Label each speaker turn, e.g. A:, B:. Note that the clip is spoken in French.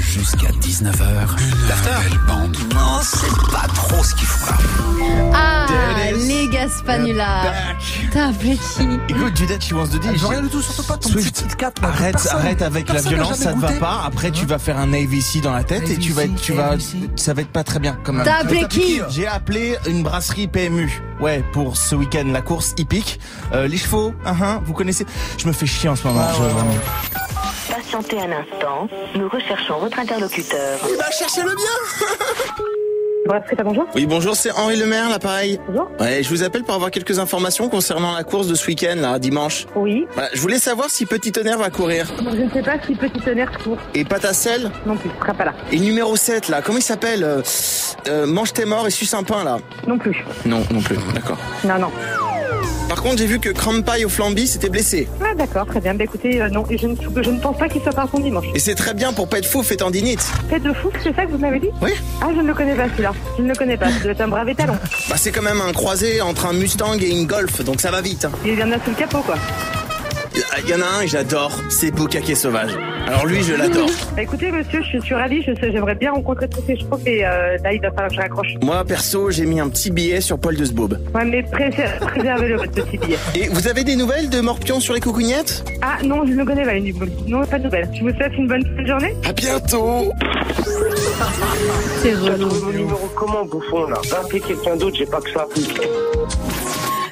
A: Jusqu'à 19h, l'after bande. Non, c'est pas trop ce qu'ils font là.
B: Ah,
C: There it is.
B: les Gaspanula. T'as appelé qui
C: Écoute, Judith, she wants to
D: Je veux
C: dis.
D: rien du tout, surtout pas ton
C: Swift,
D: petit Kit Kat, là.
C: Arrête,
D: Personne-
C: arrête avec la
D: personne n'a
C: violence, ça
D: jamais
C: te va
D: goûté.
C: pas. Après, tu vas faire un AVC dans la tête et tu vas, être- tu vas,
D: AVC.
C: ça va être pas très bien quand même.
B: T'as appelé qui
C: J'ai appelé une brasserie PMU. Ouais, pour ce week-end, la course hippique, Euh, les chevaux, hein, hein, vous connaissez. Je me fais chier en ce moment. je- vraiment.
E: Patientez un instant, nous recherchons votre interlocuteur.
C: Il va chercher le bien.
F: Brasserie, bonjour.
C: Oui, bonjour, c'est Henri Lemaire, l'appareil.
F: Bonjour.
C: Ouais, je vous appelle pour avoir quelques informations concernant la course de ce week-end, là, dimanche.
F: Oui.
C: Voilà, je voulais savoir si Petit Tonnerre va courir.
F: Je ne sais pas si Petit Tonnerre court.
C: Et Patacelle
F: Non plus, il sera pas là.
C: Et le numéro 7, là, comment il s'appelle euh, euh, Mange tes morts et suce un pain, là.
F: Non plus.
C: Non, non plus, d'accord.
F: Non, non.
C: Par contre, j'ai vu que Crampai au flamby s'était blessé.
F: Ah, d'accord, très bien. Bah, écoutez, euh, non, et je ne, je ne pense pas qu'il soit partant dimanche.
C: Et c'est très bien pour pas être fou, fait tendinite.
F: Tête de fou, c'est ça que vous m'avez dit
C: Oui.
F: Ah, je ne le connais pas celui-là. Je ne le connais pas. C'est un brave étalon.
C: Bah, c'est quand même un croisé entre un Mustang et une Golf, donc ça va vite. hein.
F: Il y en a sous le capot, quoi.
C: Il y en a un, que j'adore, c'est Bokake Sauvage. Alors lui, je l'adore.
F: Bah, écoutez, monsieur, je suis, je suis ravie. Je sais- J'aimerais bien rencontrer tous ces chevaux, mais euh, là, il va falloir que je raccroche.
C: Moi, perso, j'ai mis un petit billet sur Paul de Sbob.
F: Ouais, mais préser- préservez-le, votre petit billet.
C: Et vous avez des nouvelles de Morpion sur les coucougnettes
F: Ah, non, je ne le connais pas, Uniboom. Non, pas de nouvelles. Je vous souhaite une bonne fin de journée.
C: À bientôt
B: C'est relou.
G: Mon numéro comment, bouffon, là Va appeler quelqu'un d'autre, j'ai pas que ça.